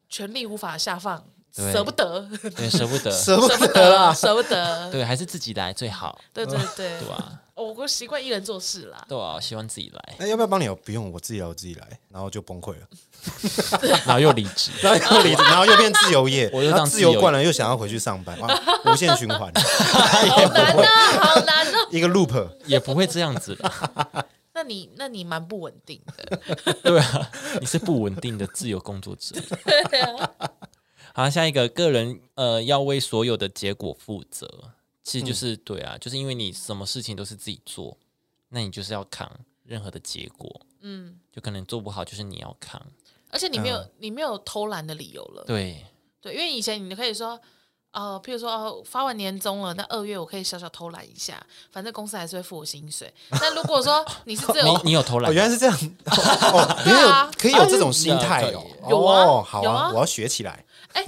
S3: 权力无法下放，
S1: 对
S3: 舍不得，
S1: 对，舍 不得，
S2: 舍不
S3: 舍不
S2: 得啊
S3: 得，
S2: 啦，
S3: 舍不得。
S1: 对，还是自己来最好，
S3: 对对对，啊
S1: 对吧？
S3: 我哦我习惯一人做事啦。
S1: 对啊，希望自己来，
S2: 哎那要不要帮你？哦不用，我自己来，我自己来，然后就崩溃了，
S1: 然后又离职，
S2: 然后又 离职，然后又变自由业，
S1: 我又
S2: 然后
S1: 当
S2: 自
S1: 自由
S2: 由惯了，又想要回去上班，哇，无限循环，
S3: 好难 啊，好难啊。
S2: 一个 loop。
S1: 也不会这样子了。
S3: 那你那你蛮不稳定的，
S1: 对啊，你是不稳定的自由工作者。啊好，下一个个人呃要为所有的结果负责，其实
S3: 嗯
S1: 就是、对啊，就是因为你什么事情都是自己做，那你就是要扛任何的结果，
S3: 嗯，
S1: 就可能做不好就是你要扛。
S3: 而且你没有你没有偷懒的理由了。
S1: 嗯对，
S3: 对，因为以前你可以说。呃，譬如说、哦、发完年终了，那二月我可以小小偷懒一下，反正公司还是会付我薪水。但如果说你是自由
S1: 你你有偷懒吗，
S2: 哦，原来是这 样，哦，原来
S3: 啊
S2: 有可以有这种心态哦
S1: 哎，
S3: 有啊
S2: 哦好
S3: 有啊
S2: 我要学起来，
S3: 哎、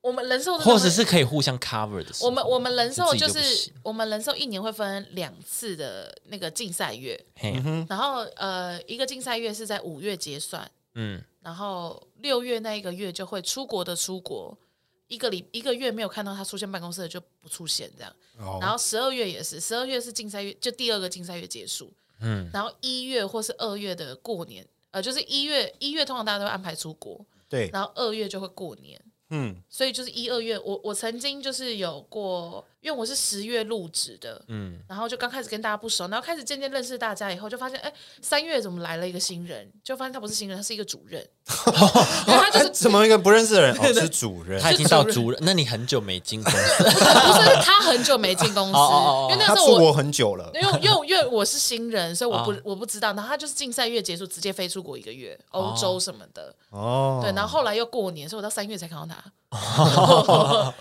S3: 我们人寿真的
S1: 或者
S3: 会
S1: 是可以互相 cover 的时候。
S3: 我们我们人寿
S1: 自己
S3: 就
S1: 就不
S3: 是
S1: 行
S3: 我们人寿一年会分两次的那个竞赛月，
S1: 嘿
S2: 嗯
S3: 然后呃一个竞赛月是在五月结算，
S1: 嗯
S3: 然后六月那一个月就会出国的出国，一个礼一个月没有看到他出现办公室的就不出现这样，然
S2: 哦，
S3: 后十二月也是，十二月是竞赛月，就第二个竞赛月结束，
S1: 嗯，
S3: 然后一月或是二月的过年，呃就是一月一月通常大家都会安排出国，
S2: 对，
S3: 然后二月就会过年，
S2: 嗯，
S3: 所以就是一二月，我我曾经就是有过，因为我是十月入职的，嗯，然后就刚开始跟大家不熟，然后开始渐渐认识大家以后，就发现哎，三月怎么来了一个新人？就发现他不是新人，他是一个主任，因为他就是
S2: 哎怎么一个不认识的 人？哦，是主人，
S1: 他已经到主任，那你很久没进公 司了，
S3: 不是他很久没进公司，
S1: 哦哦哦哦
S3: 因为那
S2: 他
S3: 时候
S2: 出
S3: 我。
S2: 国很久了
S3: 因，为因为因为我是新人，所以我不、
S1: 哦
S3: 我不知道。然后他就是竞赛月结束，直接飞出国一个月，欧洲什么的。
S2: 哦，
S3: 对，然后后来又过年，所以我到三月才看到他。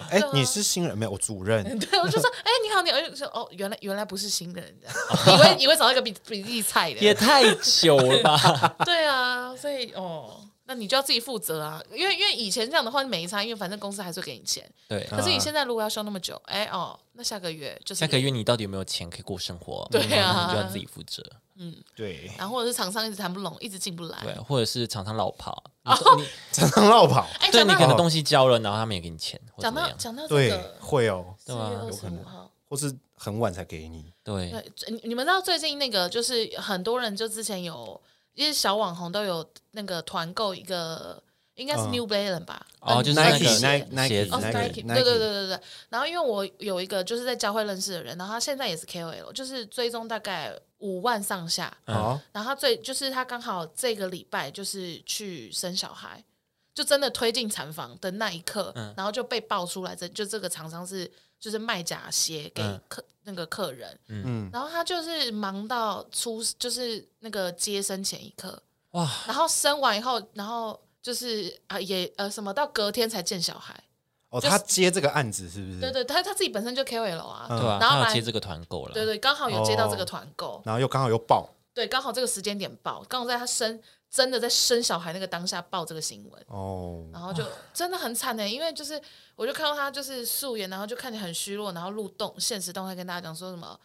S2: 哎、
S3: 啊
S2: 你是新人没有？我主任，
S3: 对，我就说，哎、你好，你好，就说哦，原来原来不是新人，这样 以为以为找到一个比比自己菜
S1: 也
S3: 的，
S1: 太久了吧？
S3: 对啊，所以哦，那你就要自己负责啊，因为因为以前这样的话没差，因为反正公司还是会给你钱，
S1: 对，
S3: 可是你现在如果要休那么久，哎、哦，那下个月就是
S1: 啊下个月你到底有没有钱可以过生活？
S3: 对啊
S1: 嗯你就要自己负责。
S2: 对，
S3: 然后或者是厂商一直谈不拢，一直进不来，
S1: 对，啊或者是常常老跑，你说你
S2: 常常绕 跑，
S3: 哦哎、
S1: 对
S3: 讲
S1: 你
S3: 到
S1: 可能东西交了，然后他们也给你钱，或怎
S3: 讲
S1: 么
S3: 到
S1: 样？
S3: 讲到这
S2: 对
S3: 个，，
S2: 会哦，
S3: 四月
S1: 对啊
S3: 二
S2: 有
S3: 十
S2: 可
S3: 五
S2: 能
S3: 号。
S2: 或是很晚才给你。
S1: 对，
S3: 对，你你们知道呃最近那个就是很多人就之前有，因为小网红都有那个团购一个，应该是
S2: 嗯
S3: New Balance 吧？
S1: 哦，
S3: 嗯
S1: 就是那
S2: Nike
S1: 个
S2: Nike
S1: 鞋子
S3: 哦
S2: Nike
S3: ，Nike，对对对对对。然后因为我有一个就是在教会认识的人，然后他现在也是 KOL，就是追踪大概五万上下。
S2: 哦，
S3: 然后他最就是他刚好这个礼拜就是去生小孩，就真的推进产房的那一刻，
S1: 嗯
S3: 然后就被爆出来，这就这个厂商是就是卖假鞋给
S1: 嗯
S3: 客、那个客人，
S2: 嗯，
S3: 然后他就是忙到出就是那个接生前一刻，
S1: 哇，
S3: 然后生完以后，然后就是啊也呃什么到隔天才见小孩，
S2: 哦，
S3: 就是
S2: 他接这个案子是不是？
S3: 嗯对对，他他自己本身就 KOL 啊，
S1: 嗯对吧？
S3: 然后
S1: 他有
S3: 来
S1: 接这个团购了，
S3: 对对，刚好有接到这
S2: 哦
S3: 个团购，
S2: 然后又刚好又爆，
S3: 对，刚好这个时间点爆，刚好在他生真的在生小孩那个当下爆这个新闻，
S2: 哦，
S3: 然后就真的很惨的、欸因为就是我就看到他就是素颜，然后就看起来很虚弱，然后录动现实动态跟大家讲说什么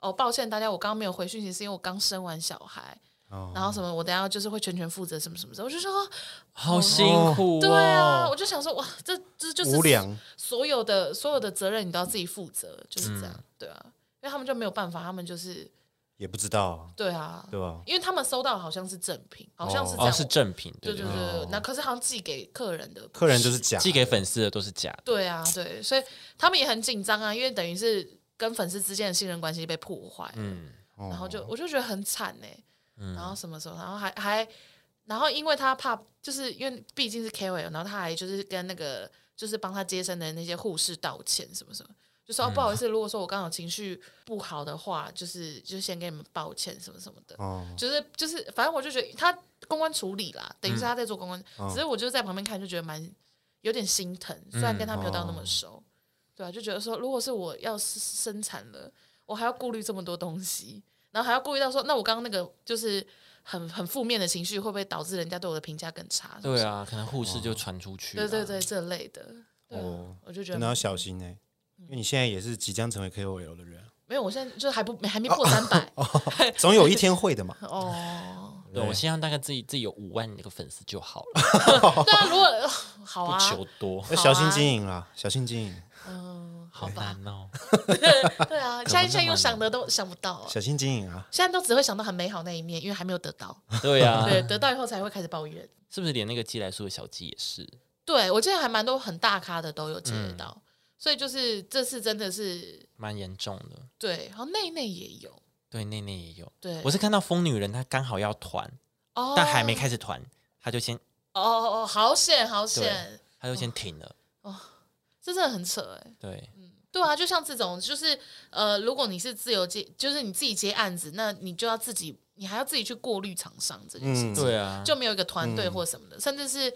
S3: 哦，抱歉大家，我刚刚没有回讯息，是因为我刚生完小孩。
S2: 哦
S3: 然后什么，我等一下就是会全权负责什么什么的，我就说，哦
S1: 好辛苦哦。
S3: 对啊，我就想说，哇，这这就是
S2: 无良
S3: 所有的所有的责任你都要自己负责，就是这样，
S2: 嗯
S3: 对啊，因为他们就没有办法，他们就是
S2: 也不知道，
S3: 对啊，
S2: 对吧？
S3: 因为他们收到好像是赠品，好像是这
S1: 哦，
S3: 样，
S1: 是正品，
S3: 对
S1: 对
S3: 对
S1: 对
S3: 对对，那可是好像寄给客人的，
S2: 客人就是假，
S1: 寄给粉丝的都是假的，
S3: 对啊，对，所以他们也很紧张啊，因为等于是跟粉丝之间的信任关系被破坏，
S1: 嗯，
S2: 哦
S3: 然后就我就觉得很惨呢、然后什么时候，然后还还，然后因为他怕，就是因为毕竟是 KOL，然后他还就是跟那个就是帮他接生的那些护士道歉什么什么，就说、哦不好意思，如果说我刚好情绪不好的话，就是就先给你们抱歉什么什么的，
S2: 哦，
S3: 就是就是，反正我就觉得他公关处理啦，等于是他在做公关，只是我就在旁边看就觉得蛮有点心疼，虽然跟他没有到那么熟，对啊，就觉得说如果是我要是生产了，我还要顾虑这么多东西，然后还要顾虑到说，那我刚刚那个就是很很负面的情绪会不会导致人家对我的评价更差？是不
S1: 对
S3: 是，哦
S1: 啊，可能护士就传出去，
S3: 对对，对，这类的，对啊、嗯
S2: 哦
S3: 我就觉
S2: 真的要
S3: 得
S2: 小心呢，因为你现在也是即将成为 KOL 的人，啊
S3: 没有，我现在就还不还没破三百
S2: 总有一天会的 嘛。
S3: 哦，
S1: 对我希望大概自己自己有五万那个粉丝就好了，
S3: 对啊，如果、好
S1: 不
S3: 啊，
S1: 求多，
S2: 要小心经营啦，小心经营，
S3: 嗯，好
S1: 好
S3: 吧。
S1: 难哦。
S3: 对
S1: 么
S3: 啊，现在现在
S1: 那么
S3: 又想的都想不到啊，
S2: 小心经营啊！
S3: 现在都只会想到很美好那一面，因为还没有得到，
S1: 对啊，
S3: 对，得到以后才会开始抱怨。
S1: 是不是连那个寄来书的小鸡也是？
S3: 对我记得还蛮多很大咖的都有接得
S1: 嗯
S3: 到，所以就是这次真的是
S1: 蛮严重的。
S3: 对，然后内内也有，
S1: 对，内内也有。
S3: 对，
S1: 我是看到疯女人，她刚好要团，
S3: 哦，
S1: 但还没开始团，她就先
S3: 哦哦哦，好险好险
S1: 对，她
S3: 哦
S1: 就先停了。
S3: 这真的很扯哎、
S1: 对，
S3: 对啊，就像这种，就是呃，如果你是自由接，就是你自己接案子，那你就要自己，你还要自己去过滤厂商这件事情。
S2: 嗯
S1: 对啊，
S3: 就没有一个团队或什么的，甚至是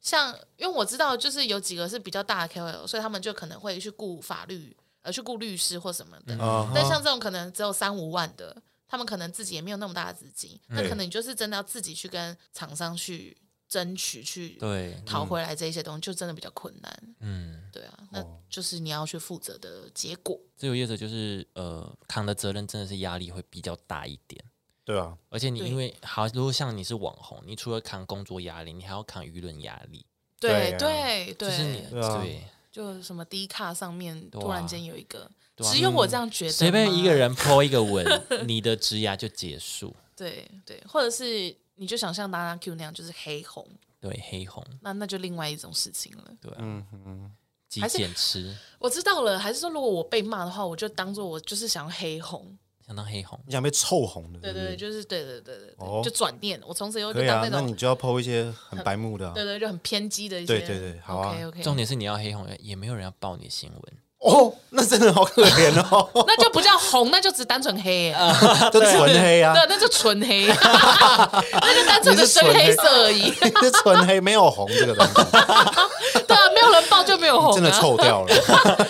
S3: 像，因为我知道就是有几个是比较大的 KOL，所以他们就可能会去雇法律，呃，去雇律师或什么
S1: 嗯
S3: 的。
S2: 啊，
S3: 哦但像这种可能只有三五万的，他们可能自己也没有那么大的资金，那
S2: 对
S3: 可能你就是真的要自己去跟厂商去争取去。
S1: 对，
S3: 讨回来这一些东西就真的比较困难，
S1: 嗯，
S3: 对啊，那就是你要去负责的结果。
S1: 自由业者就是呃，扛的责任真的是压力会比较大一点。
S2: 对啊，
S1: 而且你
S3: 对
S1: 因为好，如果像你是网红，你除了扛工作压力，你还要扛舆论压力，
S3: 对
S2: 对
S1: 就
S3: 对
S1: 是啊你
S3: 对，
S2: 对啊
S1: 对，
S3: 就什么低卡上面
S1: 对啊
S3: 突然间有一个，
S1: 对啊
S3: 只有我这样觉得吗，
S1: 随便一个人 po 一个文，你的职涯就结束。
S3: 对对，或者是你就想像拉拉 Q 那样，就是黑红，
S1: 对，黑红，
S3: 那那就另外一种事情了。
S1: 对啊，
S2: 嗯嗯，
S1: 极
S3: 还是
S1: 简吃，
S3: 我知道了，还是说如果我被骂的话，我就当做我就是想要黑红。
S1: 想当黑红，
S2: 你想被臭红的，
S3: 对
S2: 是不
S3: 对
S2: 是
S3: 对，就是对对对对对，
S2: 嗯哦
S3: 就转念，我从此以后就
S2: 可以
S3: 当
S2: 啊，
S3: 那
S2: 那
S3: 种
S2: 你就要剖一些很白目的啊
S3: 对对就很偏激的一些。
S2: 对对对好啊
S3: OK OK，
S1: 重点是你要黑红，也没有人要报你的新闻。
S2: 哦，那真的好可怜哦，
S3: 那就不叫红，那就只单纯黑耶、欸
S2: 这纯黑啊
S3: 对，，那就纯 黑，那就 单纯的深黑色而已。
S2: 是纯黑，没有红这个东西，
S3: 对啊，没有人报就有红、啊，
S2: 真的，臭掉了。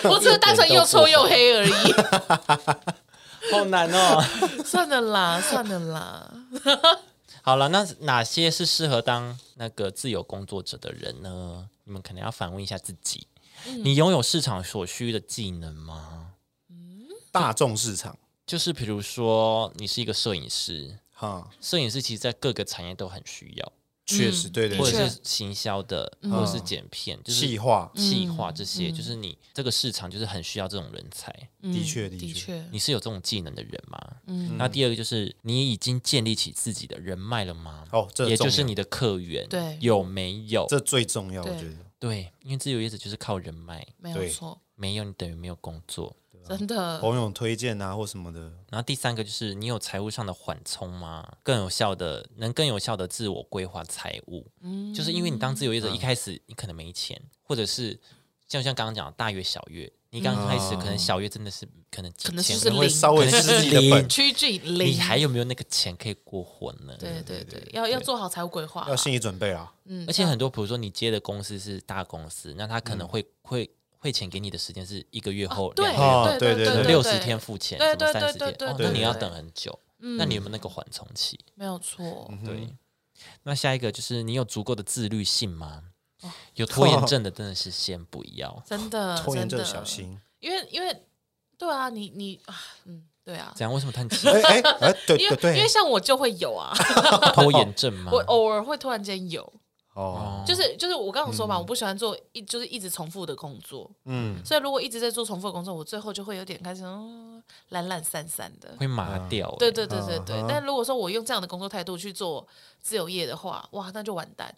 S3: 我只是单纯又臭又黑而已。
S1: 好难哦。
S3: 算了啦，算了啦。
S1: 好了，那哪些是适合当那个自由工作者的人呢？你们可能要反问一下自己：
S3: 嗯
S1: 你拥有市场所需的技能吗？
S2: 大众市场，
S1: 就是比如说，你是一个摄影师，
S2: 哈，
S1: 摄影师其实在各个产业都很需要，
S2: 确实，对对
S3: 嗯
S1: 或
S2: 对，
S1: 者是行销的，或者是剪片，就是
S2: 气化，
S1: 企划这些，就是你这个市场就是很需要这种人才。
S2: 的确
S3: 嗯的
S2: 的确，
S3: 确，
S1: 你是有这种技能的人吗？那第二个就是你已经建立起自己的人脉了吗？
S2: 哦这
S1: 也就
S2: 重
S1: 是
S2: 要
S1: 你的客源，
S3: 对
S1: 有没有？
S2: 这最重要，我
S3: 对
S2: 觉得。
S1: 对，因为自由业者就是靠人脉，
S3: 没有
S2: 对
S3: 错，
S1: 没有你等于没有工作。
S3: 真的。
S2: 朋友推荐啊，或什么的，
S1: 然后第三个就是你有财务上的缓冲吗？更有效的，能更有效的自我规划财务，
S3: 嗯
S1: 就是因为你当自由业者一开始你可能没钱，或者是像像刚刚讲的大月小月，你刚开始可能小月真的是可能几
S3: 可能
S1: 千块
S2: 可
S3: 是
S2: 能会
S3: 零
S2: 嗯稍微
S1: 可能
S2: 吃
S1: 就是
S2: 自己的本
S1: 零，
S3: 趋近零，
S1: 你还有没有那个钱可以过活呢？
S2: 嗯
S3: 对对对，要要做好财务规划啦
S2: 要，心理准备啊。
S3: 嗯
S1: 而且很多，比如说你接的公司是大公司，那他可
S2: 嗯
S1: 能会、会汇钱给你的时间是一个月后，
S3: 对
S1: 两个月后
S2: 哦
S3: 对
S2: 对
S1: 可
S3: 对
S1: 能
S3: 对，
S1: 六十天付钱，
S3: 对
S1: 什么
S3: 对
S1: 三十
S3: 对
S1: 天，
S3: 对
S1: 哦，
S3: 对
S1: 那
S2: 对
S1: 你要
S3: 对
S1: 等很久，
S3: 嗯
S1: 那你有没有那个缓冲期？
S3: 没有错，
S2: 嗯
S1: 对，那下一个就是你有足够的自律性吗？
S3: 哦
S1: 有拖延症的真的是先不要，
S3: 真的
S2: 拖延
S3: 啊真
S2: 症
S3: 的
S2: 小， 心，
S3: 因为因为对啊，你你啊，嗯，对啊，
S1: 怎样？为什么叹 气？
S2: 哎哎哎，对
S3: 因
S2: 对
S3: 为因
S2: 对，
S3: 为像我就会有啊，
S1: 拖延症吗
S3: 我？偶尔会突然间有，
S2: 哦，
S3: 就是就是我刚刚说嘛，我不喜欢做一就是一直重复的工作，
S2: 嗯，
S3: 所以如果一直在做重复的工作，我最后就会有点开始嗯懒懒散散的。
S1: 会麻掉、欸
S3: 对对对对对
S2: 嗯，
S3: 但如果说我用这样的工作态度去做自由业的话，哇，那就完蛋，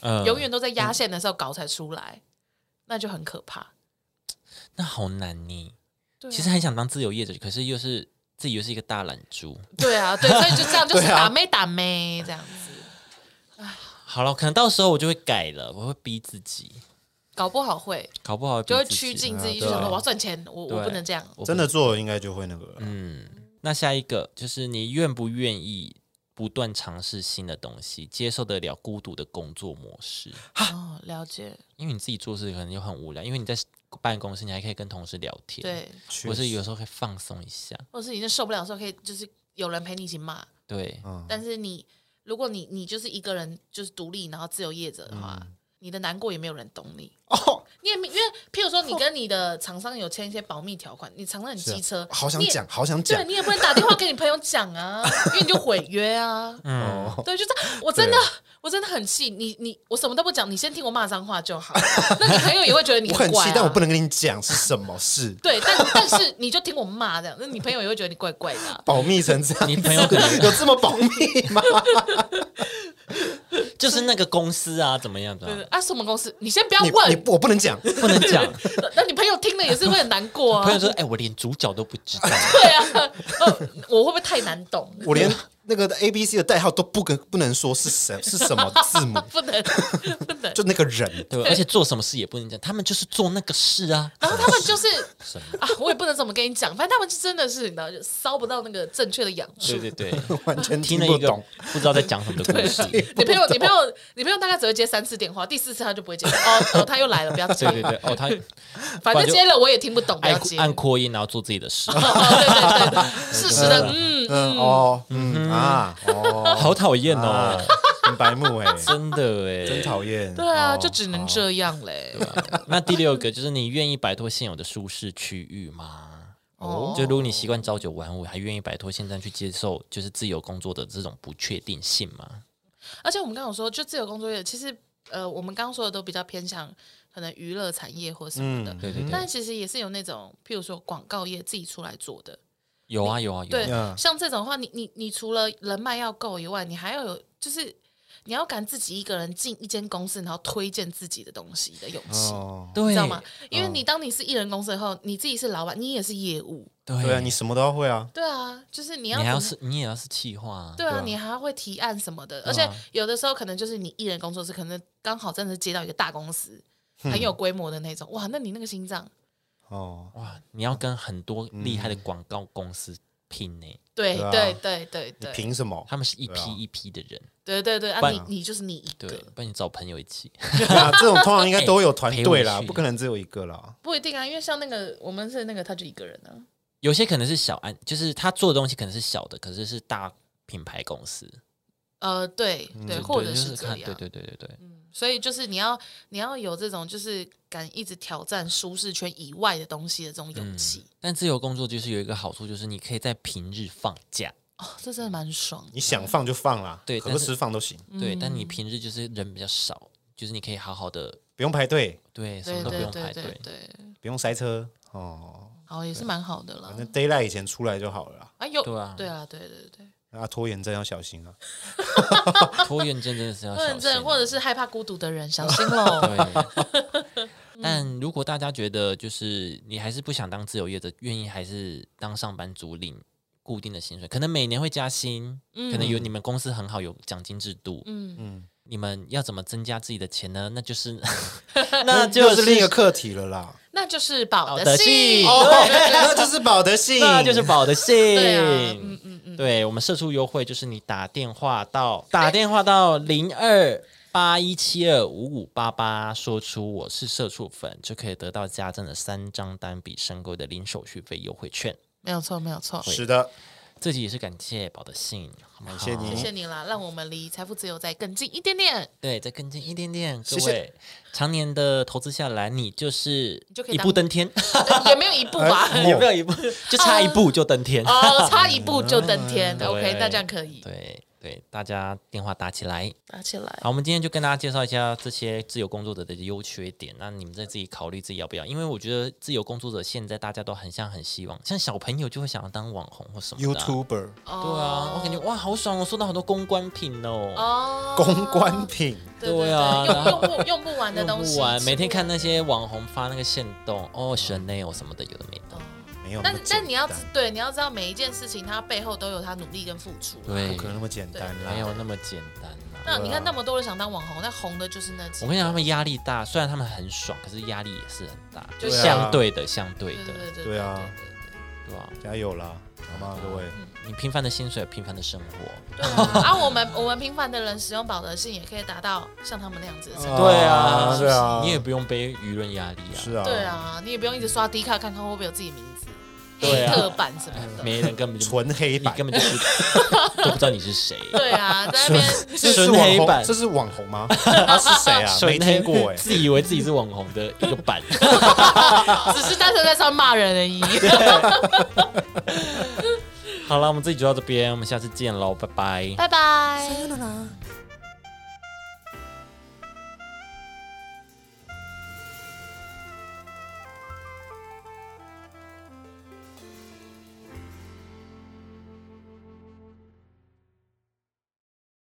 S2: 嗯
S1: 呃
S3: 永远都在压线的时候搞才出来，那就很可怕。
S1: 那好难呢。
S3: 对啊
S1: 其实很想当自由业者，可是又是自己又是一个大懒猪。
S3: 对啊，对，所以就这 样，就是
S2: 对啊
S3: 打妹打妹这样子，
S1: 好了，可能到时候我就会改了，我会逼自己，
S3: 搞不好会
S1: 搞不好逼
S3: 就会
S1: 自己
S3: 趋近自己，
S2: 啊
S3: 就
S2: 对
S3: 想说
S2: 啊
S3: 我要赚钱，我我
S1: 对
S3: 不能这样。
S1: 我不
S2: 真的做了应该就会那个了。
S1: 嗯，那下一个就是你愿不愿意不断尝试新的东西，接受得了孤独的工作模式？
S3: 哦，了解，
S1: 因为你自己做事可能就很无聊，因为你在办公室，你还可以跟同事聊天，，
S3: 对，
S1: 或是有时候可以放松一下，
S3: 或者是你真的受不了的时候，可以就是有人陪你一起骂，
S1: 对，
S2: 嗯，
S3: 但是你如果你你就是一个人就是独立，然后自由业者的话，你的难过也没有人懂你。
S2: 嗯哦，
S3: 你也没因为，譬如说你跟你的厂商有签一些保密条款，你厂商很机车，
S2: 啊好想
S3: 你也
S2: 讲，，好想讲
S3: 对，你也不能打电话给你朋友讲 啊，因为你就毁约啊。
S1: 嗯，
S3: 对，就这样，我真的
S2: 对，
S3: 我真的很气你，你我什么都不讲，你先听我骂脏话就好。 那你朋友也会觉得你
S2: 我很
S3: 怪、
S2: 气
S3: 啊，，
S2: 但我不能跟你讲是什么事，
S3: 对，但但是你就听我骂这样，那你朋友也会觉得你怪怪的啊、
S2: 保密成这样，
S1: 你朋友可能
S2: 有这么保密吗？
S1: 就是那个公司啊，怎么样怎么
S3: 对对
S1: 样，
S3: 啊，什么公司？你先不要
S2: 你你
S3: 问，
S2: 不我不能讲，
S1: 不能讲。
S3: 那你朋友听了也是会很难过 啊
S1: 朋。友说：“哎，我连主角都不知道，
S3: 对啊， 呃，我会不会太难懂？，
S2: 我连那个 A B C 的代号都不跟不能说是什是什么字母
S3: 不 能，不能。
S2: 就那个人，
S1: 对吧？而且做什么事也不能讲，他们就是做那个事啊。
S3: 然后他们就是
S1: 什么
S3: 啊，我也不能怎么跟你讲，反正他们真的是，你知道，就骚不到那个正确的养
S1: 对
S3: 处。
S1: 对 对，
S2: 完全
S1: 听
S2: 听
S1: 了一
S2: 不
S1: 个
S2: 懂。
S1: 不知道在讲什么的故事。
S3: 你朋友，你朋友，你朋友大概只会接三次电话，第四次他就不会接。哦，哦他又来了，不要接
S1: 对。对对，哦，他
S3: 反正接了我也听不懂，不
S1: 爱
S3: 要接。
S1: 按扩音，然后做自己的事，
S3: 哦对对对 对，适时
S1: 啊
S3: 的，嗯，
S2: 嗯哦嗯啊哦，
S1: 好讨厌哦
S2: 啊， 很白目哎，
S1: 真的哎，
S2: 真讨厌。
S3: 对啊，
S2: 哦
S3: 就只能这样嘞。
S1: 那第六个就是你愿意摆脱现有的舒适区域吗？
S3: 哦
S1: 就如果你习惯朝九晚五，还愿意摆脱现在去接受就是自由工作的这种不确定性吗？
S3: 而且我们刚刚有说，就自由工作业，其实呃，我们刚刚说的都比较偏向可能娱乐产业或什么的，
S2: 嗯
S1: 对对对，
S3: 但其实也是有那种，譬如说广告业自己出来做的。
S1: 有啊有啊有
S3: 对
S1: 啊，
S2: 嗯
S3: 像这种的话，你你你除了人脉要够以外，你还要有就是你要敢自己一个人进一间公司，然后推荐自己的东西的勇气。
S2: 哦，
S1: 对，
S3: 你知道吗？因为你当你是艺人公司以后，你自己是老板，你也是业务，
S1: 对
S2: 对啊，你什么都要会啊，
S3: 对啊，就是你
S1: 你
S3: 要
S1: 还
S3: 怎
S1: 要
S3: 么
S1: 是你也要是企划啊，
S3: 对啊，
S2: 对啊
S3: 你还会提案什么的，而且有的时候可能就是你艺人工作室，可能刚好真的是接到一个大公司，很有规模的那种，哇，那你那个心脏，
S2: 哦，
S1: 哇，你要跟很多厉害的广告公司拼呢、
S3: 对
S2: 对啊
S3: 对对对
S2: 你
S3: 对
S2: 凭什么？
S1: 他们是一
S2: 对啊
S1: 批一批的人，
S3: 对对对，啊，
S1: 办
S3: 你你就是你一
S1: 对，
S3: 个，
S1: 不然你找朋友一起。
S2: 对啊，这种通常应 该都有团队
S1: 哎陪我
S2: 啦，
S1: 去
S2: 不可能只有一个啦。
S3: 不一定啊，因为像那个我们是那个，他就一个人啊，
S1: 有些可能是小案，就是他做的东西可能是小的，可是是大品牌公司，
S3: 呃，对对，或者
S1: 嗯就是是
S3: 这
S1: 看，
S3: 样，嗯
S1: 对对对对对，
S3: 所以就是你要你要有这种就是敢一直挑战舒适圈以外的东西的这种勇气、
S1: 但自由工作就是有一个好处，就是你可以在平日放假，
S3: 哦，这真的蛮爽的。
S2: 你想放就放啦，
S1: 嗯对但
S2: 何
S1: 是
S2: 时放都行，
S1: 对，但
S3: 嗯
S1: 你平日就是人比较少，就是你可以好好的，
S2: 不用排队，
S1: 对，什
S3: 对
S1: 么都不
S3: 对
S1: 用排
S3: 对
S1: 队
S3: 对。对，
S2: 不用塞车哦。
S3: 好也是蛮好的啦
S2: 反。正 d a y l i g h t 以前出来就好了啦。
S3: 啊有
S1: 对啊
S3: 对啊对对对，
S2: 那拖延症要小心啊！
S1: 拖延症真的是要
S3: 拖
S1: 小
S3: 延
S1: 心啊，
S3: 症 或者是害怕孤独的人小心 喽。
S1: 对。 但如果大家觉得就是你还是不想当自由业者，愿意还是当上班族领固定的薪水，可能每年会加薪，可能有你们公司很好有奖金制度，
S3: 嗯
S1: 你们要怎么增加自己的钱呢？那就是 那
S2: 又
S1: 就是
S2: 另一个课题 了啦。
S3: 那就是保
S1: 保
S3: 德
S1: 德
S3: 信
S1: 信
S2: 哦，那就是保德信，
S1: 那就是保的信。
S3: 对啊，嗯嗯嗯，
S1: 对我们社畜优惠就是你打电话到打电话到零二八一七二五五八八，说出我是社畜粉，就可以得到家政的三张单笔申购的零手续费优惠券。
S3: 没有错没有错，
S2: 是的，
S1: 这集也是感谢宝的信，好吗
S2: 感谢
S3: 谢
S2: 你
S3: 谢你啦，让我们离财富自由再更近一点点，
S1: 对，再跟进一点点，各
S2: 谢
S1: 位，常年的投资下来，你就是
S3: 你就可以
S1: 一
S3: 当
S1: 步登天，
S3: 对呃也没有一步吧。
S2: 哎
S1: 有没有一步？就差一步就登 天。
S3: 哦，差一步就登天
S1: 嗯对
S3: ，OK，那这样可以
S1: 对啊对，大家电话打起来。
S3: 打起来。
S1: 好，我们今天就跟大家介绍一下这些自由工作者的优缺点，那你们再自己考虑自己要不要。因为我觉得自由工作者现在大家都很像很希望，像小朋友就会想要当网红或什么的啊、
S2: YouTuber
S1: 对啊，我感觉哇好爽哦，收到好多公关品哦。
S3: 哦，
S2: 公关品，
S3: 对对
S1: 对啊
S3: 用
S1: 然后
S3: 用不用不完的东西，
S1: 用不完，每天看
S3: 那。
S1: 那些网红发那个线动，哦，Chanel 什么的，有的没
S3: 哦
S1: 的。
S2: 没有那
S3: 但
S2: 么简单。
S3: 但你要知对，你要知道每一件事情，它背后都有它努力跟付出。啊
S1: 对
S2: 不可能那么简单
S1: 没有
S2: 啦。
S1: 那么简单啦、
S3: 那你
S2: 对啊
S3: 看那么多人想当网红，那红的就是那几
S1: 我
S3: 个。
S1: 跟你讲，他们压力大，虽然他们很爽，可是压力也是很大，就
S3: 对啊
S1: 相对的，相对
S3: 对
S1: 的，
S3: 对对
S2: 对啊
S1: 对吧、
S2: 加油啦，好吗，各位？
S1: 你平凡的薪水，平凡的生活，
S3: 对啊！啊，我们我们平凡的人使用保德信也可以达到像他们那样子的成功。
S1: 对啊
S2: 对啊，
S1: 你也不用背舆论压力啊。
S2: 是啊，
S3: 对，啊，你也不用一直刷 D 卡看看会不会有自己名字、
S1: 对
S3: 黑
S1: 啊
S3: 特版什么的。
S1: 没人根本就，
S2: 纯黑
S1: 你
S2: 版，
S1: 根本就是 都不知道你是谁。
S3: 对啊，在那 边
S2: 这是
S1: 纯
S2: 网
S1: 黑
S2: 红
S1: 版
S2: 这是网红吗？他是谁 啊？没听过哎，
S1: 自以为自己是网红的一个 版。
S3: 只是单纯在上骂人而已。
S1: 好了，我们这集就到这边，我们下次见喽，拜拜。
S3: 拜拜。